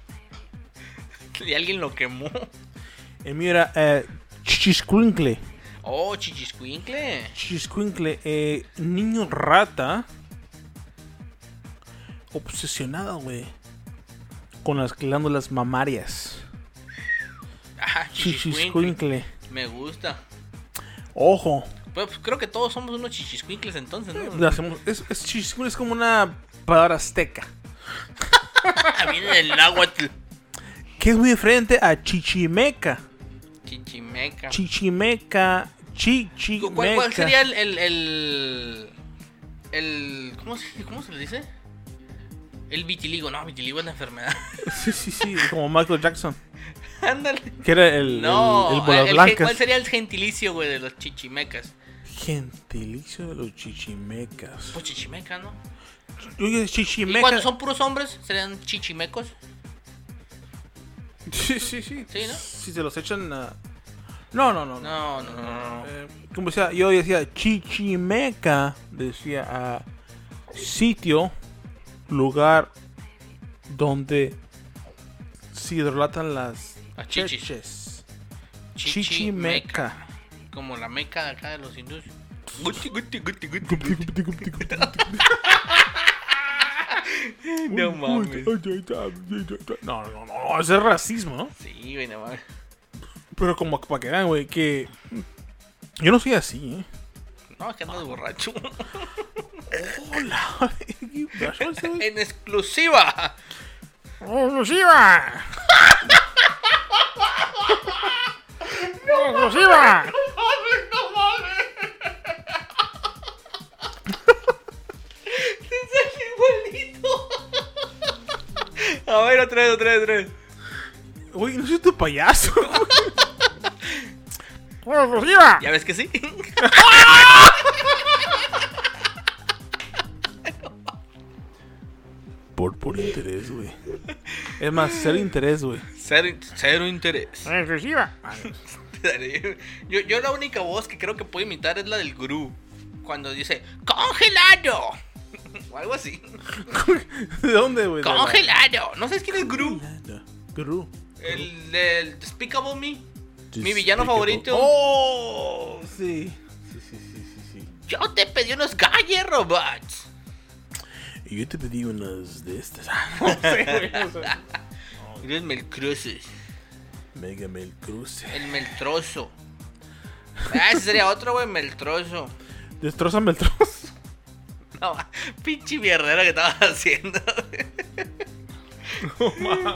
S1: Y alguien lo quemó.
S2: El mío era eh, Chichiscuincle.
S1: Oh, chichiscuincle.
S2: Chichiscuincle, eh, niño rata. Obsesionado, güey. con las glándulas mamarias.
S1: Ah, chichis
S2: Chichiscuincle.
S1: Me gusta.
S2: Ojo.
S1: Pues, pues, creo que todos somos unos chichiscuincles entonces,
S2: Le
S1: ¿no?
S2: hacemos- es, es chichiscuincle es como una palabra azteca.
S1: Ah, Viene del náhuatl.
S2: Que es muy diferente a chichimeca.
S1: Chichimeca.
S2: Chichimeca.
S1: ¿Cuál,
S2: Chichimeca.
S1: cuál sería el, el, el, el- ¿cómo, se, ¿Cómo se le dice? El vitiligo. No, vitiligo es la enfermedad.
S2: Sí, sí, sí. Como Michael Jackson.
S1: Ándale.
S2: Que era el.
S1: No,
S2: el, el bolas
S1: el- el-
S2: blancas.
S1: ¿cuál sería el gentilicio, güey, de los chichimecas?
S2: Gentilicio de los chichimecas.
S1: Pues chichimeca, ¿no?
S2: Oye,
S1: Y
S2: chichimeca.
S1: cuando son puros hombres, serían chichimecos.
S2: Sí, sí, sí.
S1: Sí, ¿no?
S2: Si se los echan a. No, no, no.
S1: No,
S2: no.
S1: no, no. no.
S2: Eh, como decía, yo decía chichimeca. Decía ah, sitio, lugar donde se hidrolatan las
S1: Las chichis.
S2: cheches.
S1: Chichimeca.
S2: Chichimeca.
S1: Como la meca de acá de los hindúes. No mames.
S2: No, no, no, no, ese es racismo, ¿no?
S1: Sí, güey, no mames.
S2: Pero como para que vean, güey, que yo no soy así, ¿eh?
S1: No, es que andas borracho.
S2: Hola.
S1: En exclusiva.
S2: Oh, ¡Exclusiva! Oh, ¡Exclusiva!
S1: A ver, otra vez, otra vez, otra vez.
S2: Güey, no soy tu payaso. ¡Exclusiva!
S1: ¿Ya ves que sí?
S2: Por, por interés, güey. Es más, ser interés, güey.
S1: Cero, cero interés.
S2: ¡Exclusiva!
S1: Yo, yo la única voz que creo que puedo imitar es la del gurú. Cuando dice, congelado. O algo así.
S2: ¿De dónde, güey? De la-
S1: Congelado. ¿No sabes quién es gurú?
S2: Gru.
S1: El del Despicable Me. Mi villano favorito.
S2: ¡Oh! Sí. Sí, sí, sí, sí, sí.
S1: Yo te pedí unos galles, robots.
S2: Y yo te pedí unas de estas. Ah,
S1: Eres Melcruces.
S2: Mega Mel Cruce.
S1: El Meltroso. Ah, ese sería otro, güey, Meltroso.
S2: Destrozame el trozo.
S1: No, pinche mierdero que estabas haciendo.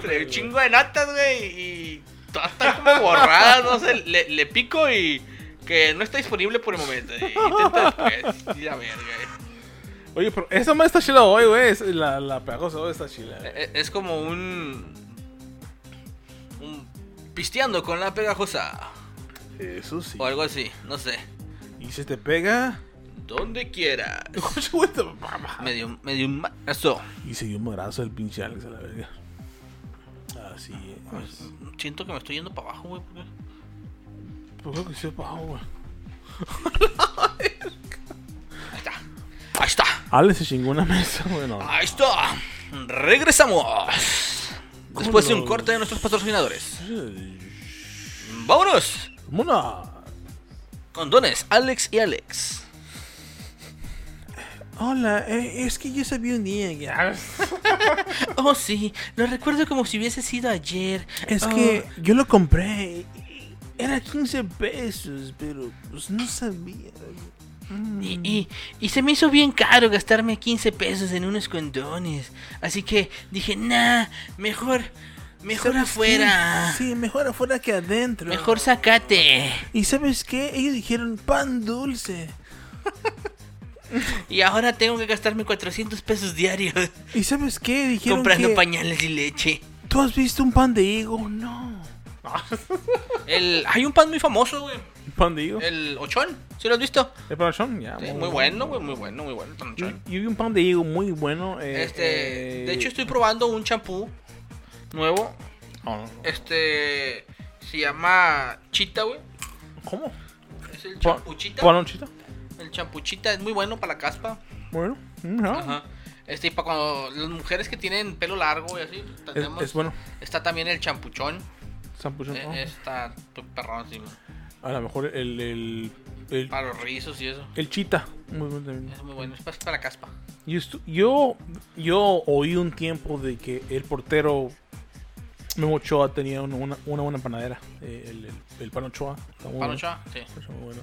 S1: Trae un chingo de natas, güey. Y todas están como borradas, no sé. Le, le pico y que no está disponible por el momento. Y intenta después. Y la verga, güey.
S2: Oye, pero esa más está chila hoy, güey. Es La, la pegajosa hoy está chila. güey.
S1: E- Es como un. Un. Pisteando con la pegajosa.
S2: Eso sí.
S1: O algo así, no sé.
S2: Y se te pega.
S1: Donde quieras.
S2: Oye, güey, te- mamá.
S1: Me dio, me dio un mazo.
S2: Y se dio un madrazo el pinche Alex a la verga. Así es.
S1: Siento que me estoy yendo para abajo, güey. ¿por qué?
S2: Pues creo que se bajó, güey.
S1: Ahí está. Ahí está.
S2: Alex se chingó una mesa, güey. No.
S1: Ahí está. Regresamos. Después de un
S2: Vámonos.
S1: corte de nuestros patrocinadores. Vámonos.
S2: ¡Mona!
S1: Condones, Alex y Alex.
S2: Hola, eh, es que yo sabía un día. que- ah,
S1: Oh, sí. Lo recuerdo como si hubiese sido ayer.
S2: Es
S1: Oh,
S2: que yo lo compré. y Era 15 pesos, pero pues no sabía.
S1: Y, y- y se me hizo bien caro gastarme 15 pesos en unos condones. Así que dije, nah, mejor, mejor
S2: ¿Sabes qué?
S1: afuera.
S2: Sí, mejor afuera que adentro.
S1: Mejor sacate.
S2: ¿Y sabes qué? Ellos dijeron pan dulce.
S1: Y ahora tengo que gastarme 400 pesos diarios
S2: ¿Y sabes qué? Dijeron
S1: comprando
S2: que,
S1: pañales y leche.
S2: ¿Tú has visto un pan de higo? No.
S1: El, hay un pan muy famoso, güey.
S2: ¿Pan de higo?
S1: El ochón. ¿Sí lo has visto?
S2: ¿El panachón? Ya.
S1: Sí, muy bueno, güey. Muy bueno, muy bueno el pan
S2: Yo,
S1: ochón.
S2: yo vi un pan de higo muy bueno. eh,
S1: Este,
S2: eh,
S1: de hecho, estoy probando un champú nuevo.
S2: oh,
S1: Este se llama Chita, güey.
S2: ¿Cómo?
S1: Es el
S2: Pa-
S1: champuchita.
S2: ¿Panonchita?
S1: El champuchita es muy bueno para la caspa.
S2: Bueno. mm, ah.
S1: Ajá. Este, y para cuando las mujeres que tienen pelo largo y así, pues,
S2: Es,
S1: tenemos-
S2: es bueno.
S1: está también el champuchón.
S2: Sampuchón,
S1: Eh,
S2: ah.
S1: Está tu perrón, sí, güey.
S2: A lo mejor el. El, el,
S1: Para los rizos y eso.
S2: el chita. Muy bueno también.
S1: Es muy bueno, es para, para la caspa.
S2: Yo, estu- yo, yo oí un tiempo de que el portero Memo Ochoa tenía un- una, una buena panadera. eh, El, el, el pan Ochoa. está
S1: Pan
S2: muy bueno.
S1: Ochoa, sí.
S2: Está muy bueno.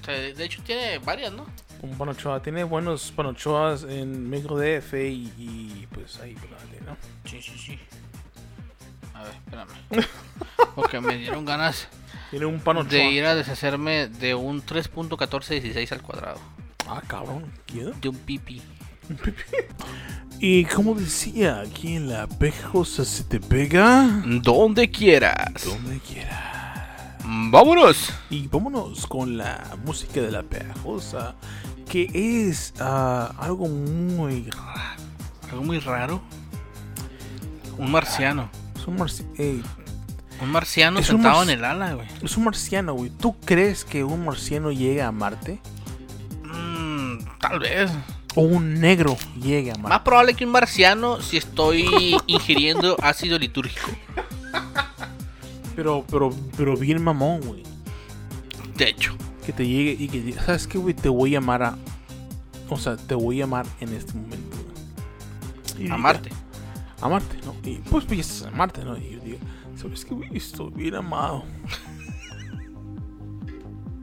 S1: O sea, de hecho tiene varias, ¿no?
S2: Un pan Ochoa. Tiene buenos panochoas en México DF y, y, pues ahí, pues, dale, ¿no?
S1: Sí, sí, sí. A ver, espérame. Porque me dieron ganas
S2: Tiene un panochoa.
S1: de ir a deshacerme de un 3.1416 al cuadrado.
S2: Ah, cabrón. ¿Quién?
S1: De un pipi.
S2: Y como decía, aquí en la pejosa se te pega
S1: Donde quieras.
S2: donde quiera.
S1: Vámonos.
S2: Y vámonos con la música de la pejosa, que es ah, algo muy raro.
S1: Algo muy raro. Un marciano.
S2: Es un, marci- eh,
S1: Un marciano
S2: Es un
S1: sentado
S2: marci-
S1: en el ala, güey.
S2: es un marciano, güey. ¿Tú crees que un marciano llega a Marte?
S1: Mm, tal vez.
S2: ¿O un negro llega a
S1: Más
S2: Marte?
S1: probable que un marciano si estoy ingiriendo ácido litúrgico.
S2: Pero, pero, pero bien mamón, güey.
S1: De hecho.
S2: Que te llegue y que diga, ¿sabes qué, güey? Te voy a llamar a... O sea, te voy a llamar en este momento. güey". Y diga,
S1: A Marte.
S2: a Marte, ¿no? Y pues, pues ya estás en Marte, ¿no? Y yo digo, ¿sabes qué, güey? Estoy bien amado.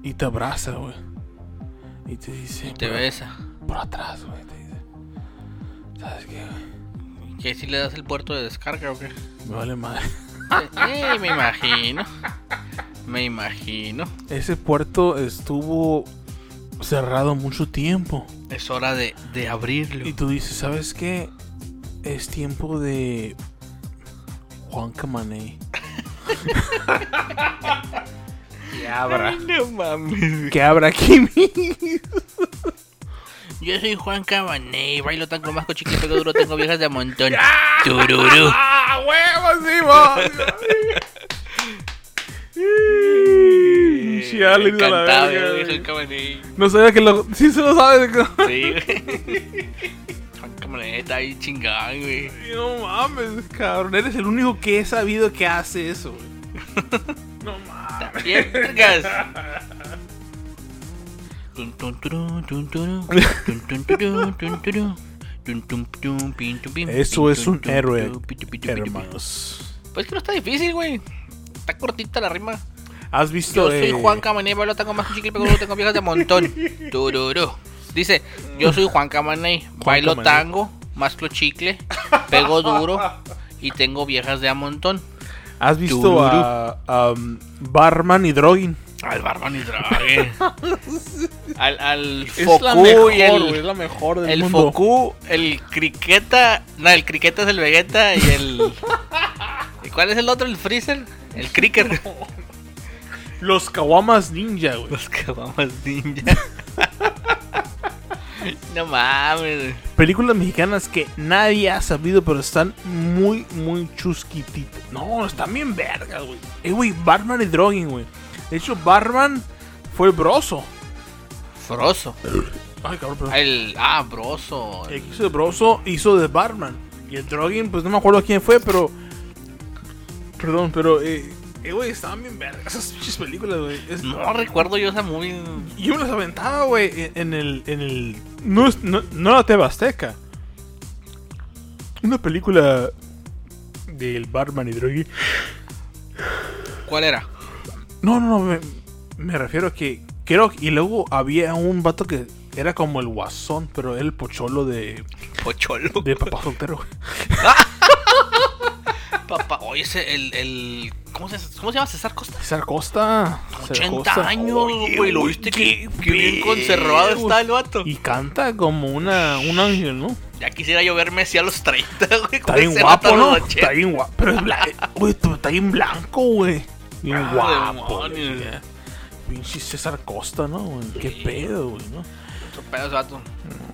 S2: y te abraza, güey. Y te dice,
S1: Te
S2: por-
S1: besa.
S2: por atrás, güey. Te dice, ¿sabes qué, güey?
S1: Que si le das el puerto de descarga o qué.
S2: Me vale madre.
S1: Eh, me imagino. Me imagino.
S2: Ese puerto estuvo cerrado mucho tiempo.
S1: Es hora de, de abrirlo.
S2: Y tú dices, ¿sabes qué? Es tiempo de Juan Camané. ¿Qué habrá?
S1: No mames.
S2: ¿Qué habrá aquí,
S1: Yo soy Juan Cabané, bailo tan con más chiquito que duro, tengo viejas de a montón. Tururú.
S2: ¡Ah, huevos, Simón! Sí, Alex, a la
S1: Encantado,
S2: verga,
S1: yo soy
S2: güey.
S1: Juan Cabané.
S2: No sabía que lo. Sí, se lo sabe. que-
S1: Sí, güey. Juan Cabané está ahí chingado, güey.
S2: No mames, cabrón. Eres el único que he sabido que hace eso, güey. No mames.
S1: Bien, vergas. Tun, tun, turun, tun, turun. Tun, tun, turun, tun, turun. Tun, tum, tum, pin, tum, pin,
S2: Eso
S1: pin,
S2: es
S1: tum,
S2: un
S1: tum,
S2: héroe,
S1: tum, pitu, pitu, pitu, pitu.
S2: hermanos.
S1: Pues que no está difícil, güey. Está cortita la rima.
S2: ¿Has visto?
S1: Yo soy
S2: eh,
S1: Juan Camaney, bailo tango más que chicle, pero tengo viejas de montón. Tururú. Dice, yo soy Juan Camaney, bailo
S2: Camaney.
S1: tango, más que chicle, pego duro y tengo viejas de a montón.
S2: ¿Has visto a, a, um, Barman y Drogin?
S1: Al Barbón y Drague. al al
S2: Es la
S1: Focú
S2: mejor,
S1: y
S2: güey, es
S1: el,
S2: la mejor del
S1: el
S2: mundo.
S1: Focú, el Criqueta. No, el Criqueta es el Vegeta y el. ¿Y cuál es el otro? ¿El Freezer? El Cricker.
S2: Los Kawamas Ninja, güey.
S1: Los Cabamas Ninja. no mames.
S2: Películas mexicanas que nadie ha sabido, pero están muy, muy chusquititas. No, están bien vergas, güey. Eh, güey, Barman y Drogin, güey. De hecho, Barman fue Broso.
S1: Froso.
S2: Ay, cabrón, perdón.
S1: El. Ah, broso.
S2: El que hizo de Broso hizo de Barman. Y el Drogin, pues no me acuerdo quién fue, pero. Perdón, pero. Eh, eh, güey, estaban bien vergas esas pinches películas, güey. Es-
S1: No recuerdo yo esa movie.
S2: Yo me las aventaba, güey, en- en el. En el no, es- no, no la TV Azteca. Una película del Barman y Drogi.
S1: ¿Cuál era?
S2: No, no, no, me, me refiero a que. Creo Y luego había un vato que era como el guasón, pero era el pocholo de,
S1: Pocholo.
S2: de papá soltero, güey.
S1: Papá. Oye, ese, el. el ¿cómo, se, ¿Cómo se llama César Costa?
S2: César Costa. César
S1: 80
S2: Costa.
S1: años,
S2: Oye,
S1: güey. Lo
S2: güey,
S1: viste
S2: qué
S1: que, que bien
S2: pedo,
S1: conservado
S2: güey.
S1: está el vato.
S2: Y canta como una, un ángel, ¿no?
S1: Ya quisiera yo verme así a los 30, güey.
S2: Está bien guapo, ¿no? Está bien guapo. Pero es blanco, güey. tú- Está bien blanco, güey. Bien
S1: Ah,
S2: guapo.
S1: demonios.
S2: güey. Pinche César Costa, ¿no? güey? Qué pedo, güey, ¿no?
S1: vato.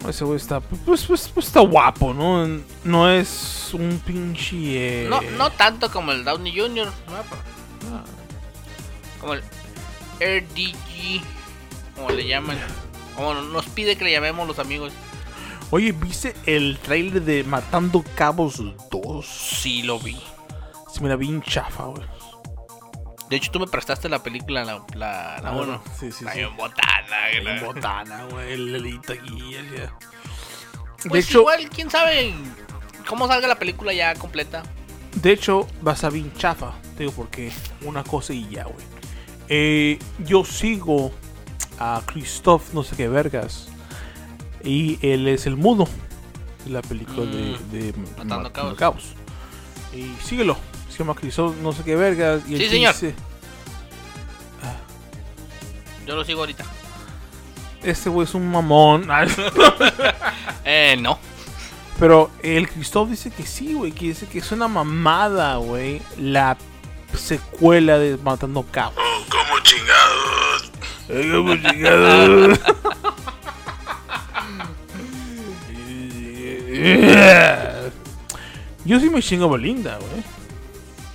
S2: No, Ese güey está. Pues, pues, pues está guapo, ¿no? No es un pinche. eh, Ah.
S1: No, no tanto como el Downey Jr. ¿no? Pero- Como el RDG. Como le llaman. Como nos pide que le llamemos los amigos.
S2: Oye, ¿viste el trailer de Matando Cabos 2?
S1: Sí, lo vi.
S2: Se mira bien chafa, güey.
S1: De hecho, tú me prestaste la película, la, la, la
S2: Ah,
S1: uno.
S2: sí, sí,
S1: La
S2: sí.
S1: bien eh. botana, güey, la-
S2: En botana, güey. El Lelita Guía, ya.
S1: Pues igual, quién sabe cómo salga la película ya completa.
S2: De hecho, va a estar bien chafa. Te digo porque una cosa y ya, güey. Eh, yo sigo a Christoph, no sé qué vergas. Y él es el mudo de la película
S1: Mm.
S2: de, de
S1: Matando
S2: Mat-
S1: Cabos.
S2: Y síguelo. Se llama Christoph, no sé qué vergas. Y él
S1: Sí,
S2: te
S1: señor.
S2: dice-
S1: Yo lo sigo ahorita.
S2: este güey es un mamón.
S1: Eh, no.
S2: Pero el Christoph dice que sí, güey. Que dice que es una mamada, güey. La secuela de Matando Cabos.
S6: Oh, ¿Cómo chingados?
S2: Yo sí me chingo a Belinda, güey.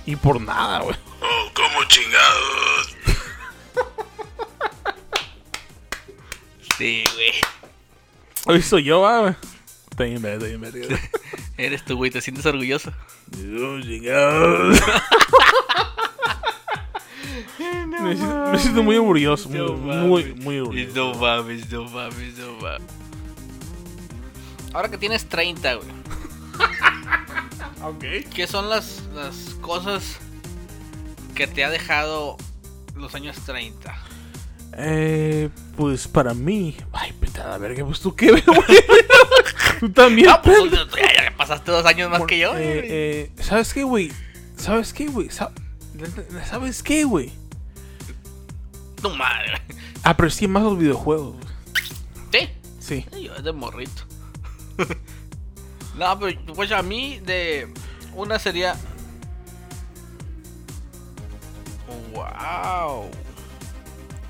S2: Y por nada, güey.
S6: Oh, ¿Cómo chingados?
S1: Sí, güey.
S2: Lo hizo yo, va, güey. Está bien, verga, está bien, verga.
S1: Eres tú, güey. Te sientes orgulloso.
S2: Me siento, me siento muy orgulloso. Muy, muy, muy orgulloso.
S1: No mames, no mames, no mames. Ahora que tienes 30, güey.
S2: Ok.
S1: ¿Qué son las, las cosas que te ha dejado los años 30?
S2: Eh, pues para mí. Ay, petada verga, pues tú qué, güey. tú también.
S1: No, pues,
S2: pendejo.
S1: ya, ya pasaste dos años más que yo. güey.
S2: Eh, eh, ¿Sabes qué, güey? ¿Sabes qué, güey? Sa- ¿Sabes qué, güey?
S1: Tu madre. güey.
S2: Aprecié más los videojuegos. güey.
S1: Sí,
S2: Sí.
S1: sí, yo de morrito. no, pero pues a mí de una sería... ¡Wow!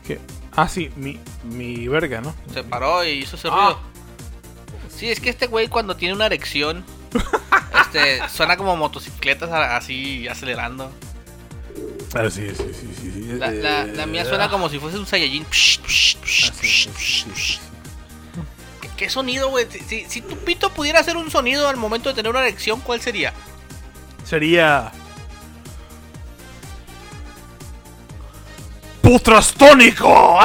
S2: ¿Qué? Ah, sí, mi, mi verga, ¿no?
S1: Se paró y hizo ese
S2: Ah.
S1: ruido. Sí, es que este güey cuando tiene una erección, este, suena como motocicletas a- así acelerando.
S2: Ah, sí, sí, sí, sí. sí.
S1: La, la- la mía suena como si fuese un Saiyajin.
S2: Ah, sí, sí, sí, sí, sí.
S1: ¿Qué, qué sonido, güey? Si, si- si tu pito pudiera hacer un sonido al momento de tener una erección, ¿cuál sería?
S2: Sería. ¡Putrastónico!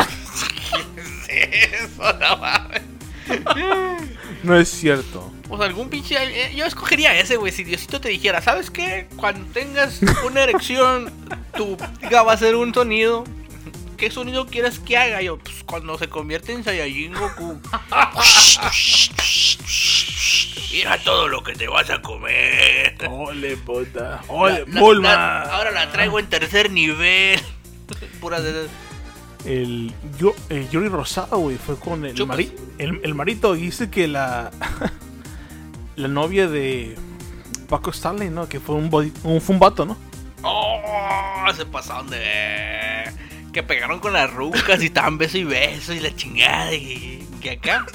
S1: Eso, no mames.
S2: No es cierto.
S1: Pues algún pinche. eh, Yo escogería ese, güey. Si Diosito te dijera, ¿sabes qué? Cuando tengas una erección, tu pica va a hacer un sonido. ¿Qué sonido quieres que haga? Yo, pues cuando se convierte en Saiyajin Goku. Mira todo lo que te vas a comer.
S2: ¡Ole, puta!
S1: La-
S2: ¡Ole,
S1: la- la- ahora la traigo en tercer nivel. Pura de.
S2: El, yo, el Yuri Rosado, güey, fue con el,
S1: Chupas.
S2: mari- el, el marito. Y dice que la. la novia de. Paco Stanley, ¿no? Que fue un, body- un, fue un vato, ¿no?
S1: ¡Oh! Se pasaron de. ver. Que pegaron con las rucas y estaban beso y beso y la chingada. Y que acá.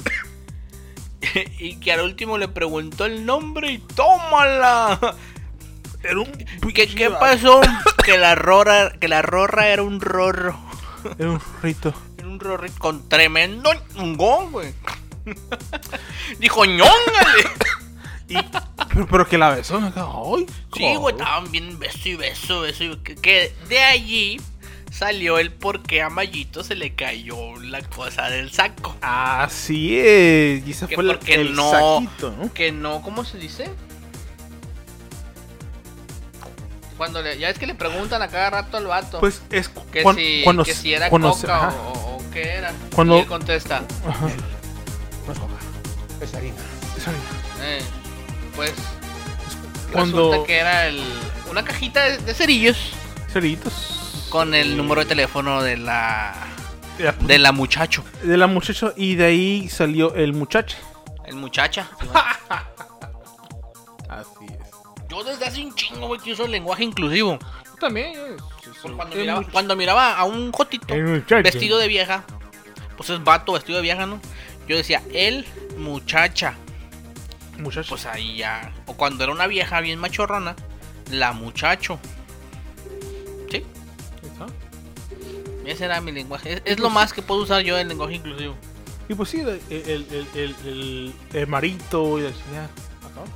S1: y que al último le preguntó el nombre y tómala.
S2: Era un.
S1: ¿Qué, qué pasó? que, la rora, que la rorra era un rorro.
S2: Era un rito.
S1: Era un rorro con tremendo ñongón, güey. Dijo ñóngale.
S2: Y- pero, pero que la besó, ¿no? ¡Ay!
S1: Sí, güey, estaban bien beso y beso, beso y que, que de allí salió el por qué a Mayito se le cayó la cosa del saco.
S2: Así es. Y ese
S1: Que
S2: fue el,
S1: porque
S2: el
S1: no-
S2: saquito, ¿no?
S1: Que no, ¿cómo se dice? Cuando le, ya es que le preguntan a cada rato al vato
S2: Pues es cu-
S1: que,
S2: cuan-
S1: si,
S2: cuando
S1: que
S2: se-
S1: si era
S2: cuando se-
S1: coca
S2: ajá.
S1: o, o- o qué era.
S2: Cuando-
S1: Y él contesta,
S2: Sorry.
S1: eh, pues
S2: Cuando
S1: resulta que era el, una cajita de- de cerillos
S2: Ceritos.
S1: con el número de teléfono de la
S2: de la,
S1: de la muchacho.
S2: de la muchacha y de ahí salió el muchacho.
S1: El muchacha.
S2: Así es.
S1: Yo desde hace un chingo, güey, que uso el lenguaje inclusivo.
S2: Yo también.
S1: Por Pues cuando, miraba, cuando miraba a un jotito vestido de vieja, pues es vato vestido de vieja, ¿no? Yo decía, el muchacha.
S2: muchacho.
S1: Pues ahí ya. O cuando era una vieja bien machorrona, la muchacho. ¿Sí?
S2: ¿está?
S1: Ese era mi lenguaje. Es, es lo más que puedo usar yo del lenguaje inclusivo.
S2: Y pues sí, el, el, el, el, el- el marito y la chingada. Acabó.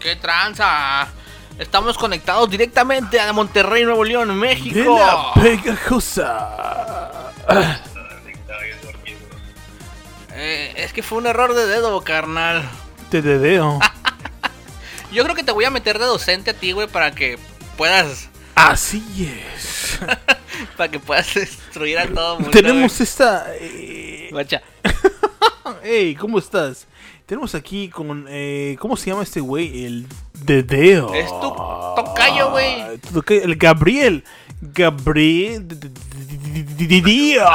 S1: ¡Qué tranza! Estamos conectados directamente a Monterrey, Nuevo León,
S2: De
S1: México.
S2: la pegajosa.
S1: Eh, es que fue un error de dedo, carnal.
S2: Te dedeo.
S1: Yo creo que te voy a meter de docente a ti, güey, para que puedas.
S2: Así es.
S1: Para que puedas destruir a todo mundo.
S2: Tenemos esta. eh,
S1: güey. Guacha.
S2: Hey, ¿cómo estás? Tenemos aquí con. eh, ¿Cómo se llama este güey? El Dedeo. Ah,
S1: Es tu tocayo, güey.
S2: Tu tocayo, El Gabriel. Gabriel. D- d- d- d- Dedeo.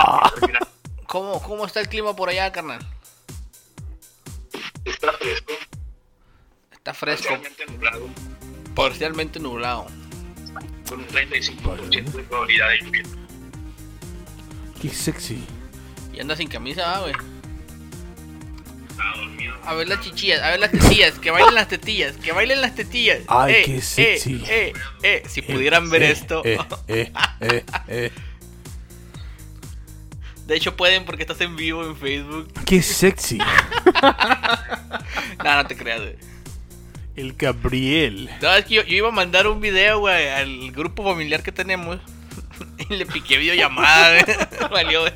S1: ¿Cómo, ¿Cómo está el clima por allá, carnal?
S6: Está fresco.
S1: Está fresco,
S6: Realmente nublado.
S1: parcialmente nublado.
S6: Con un 35% de probabilidad de lluvia.
S2: Qué sexy.
S1: Y anda sin camisa, ah, güey.
S6: Está dormido.
S1: A ver las chichillas, a ver las tetillas, que bailen las tetillas, que bailen las tetillas.
S2: Ay,
S1: Eh,
S2: qué
S1: eh,
S2: sexy.
S1: eh, eh, Si pudieran ver
S2: Eh,
S1: esto.
S2: eh, eh, eh, eh.
S1: De hecho pueden porque estás en vivo en Facebook.
S2: Qué sexy.
S1: No, no te creas, güey.
S2: El Gabriel.
S1: No, es que yo, yo iba a mandar un video, güey, al grupo familiar que tenemos. Y le piqué videollamada, güey. Valió, güey.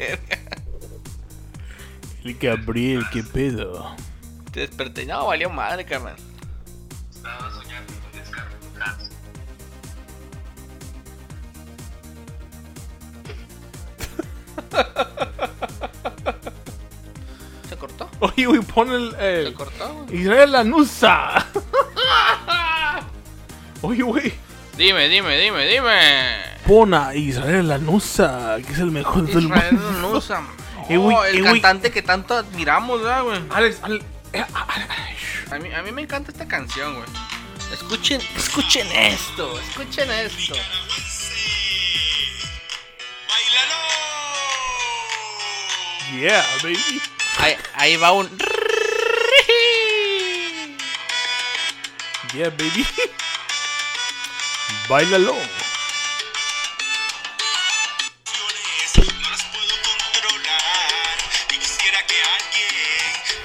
S2: El Gabriel, qué pedo.
S1: Te desperté. No, valió madre, carnal.
S6: Estaba soñando con descargas.
S1: ¿Se cortó?
S2: Oye, güey, pon el.
S1: ¿Se
S2: el
S1: cortó? güey?
S2: Israel Lanusa. Oye, güey.
S1: Dime, dime, dime, dime.
S2: Pon a Israel Lanusa, que es el mejor del
S1: Israel
S2: mundo.
S1: Nusa.
S2: Eh, güey,
S1: Oh, el
S2: eh, güey.
S1: cantante que tanto admiramos, ¿verdad, güey.
S2: Alex, Alex. eh, ah, ah,
S1: A mí, a mí me encanta esta canción, güey. Escuchen, escuchen esto, escuchen esto.
S2: ah. Yeah, baby.
S1: Ahí, ahí va un...
S2: Yeah, baby. Bailalo.
S6: No las puedo controlar y quisiera que alguien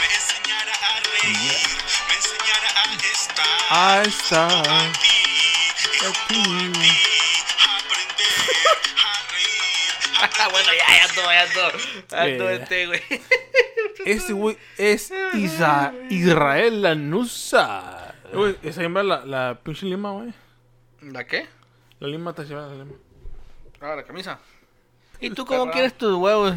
S6: me enseñara a reír, me enseñara a estar
S2: Ahí está.
S6: y aprender a reír.
S1: bueno, ya, ya todo, ya todo. Ya todo
S2: Eh.
S1: este, güey.
S2: Este güey es Isa- Israel Lanusa. Güey, esa llama la, la pinche lima, güey.
S1: ¿La qué?
S2: La lima está llevada, la lima.
S1: Ah, la camisa. ¿Y tú cómo quieres tus huevos?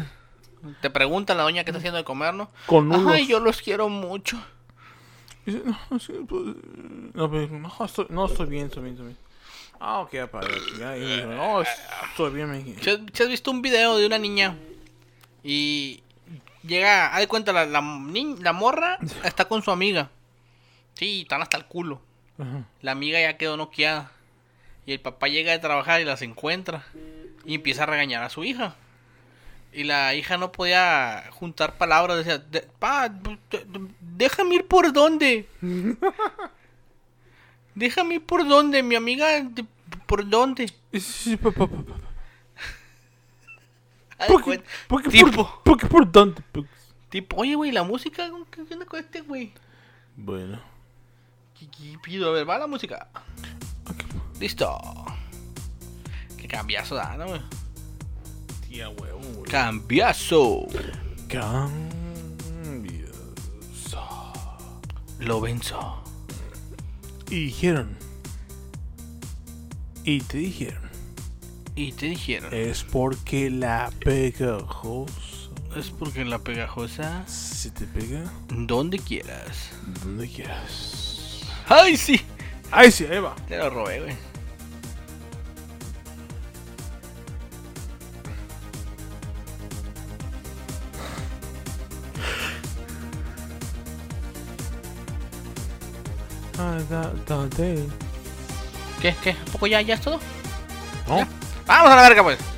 S1: Te pregunta la doña que está haciendo de comer, ¿no?
S2: Con unos.
S1: Ay, yo los quiero mucho.
S2: Dice, no, sí, pues, no, pero dijo, no, estoy, no, estoy bien, estoy bien, estoy bien. Ah, ok, para. Ya, y dijo, no, es- estoy bien, me dije.
S1: ¿Se has, si has visto un video de una niña? Y llega, haz de cuenta, la, la, ni- la morra está con su amiga. Sí, están hasta el culo.
S2: Ajá.
S1: La amiga ya quedó noqueada. Y el papá llega de trabajar y las encuentra. Y empieza a regañar a su hija. Y la hija no podía juntar palabras. Decía, "De- pa, d- d- d- déjame ir por dónde. déjame ir por dónde, mi amiga, de- por dónde.
S2: Sí, sí, pa, pa, pa, pa, pa.
S1: Haz de
S2: ¿Por qué?
S1: cuenta-
S2: ¿Por qué?
S1: tipo,
S2: ¿Por por qué? ¿Por dónde? Pues, Por-
S1: tipo, oye, güey, la música, ¿qué qué onda con este, güey?
S2: Bueno.
S1: ¿Qué, qué pido? A ver, va la música. Listo. Qué cambiazo da, ¿no, güey?
S2: Tía huevo, güey.
S1: Cambiazo.
S2: Cambios.
S1: Lo venzo.
S2: Y dijeron. Y te dijeron.
S1: Y te dijeron,
S2: Es porque la pegajosa
S1: es porque la pegajosa,
S2: se te pega
S1: donde quieras.
S2: donde quieras.
S1: ¡Ay, sí!
S2: Ahí sí, ahí va.
S1: Te lo robé, güey.
S2: Ah, da, da, da.
S1: ¿Qué? ¿Qué? ¿A poco ya, ya es todo?
S2: No.
S1: ¡Vamos a la verga, pues!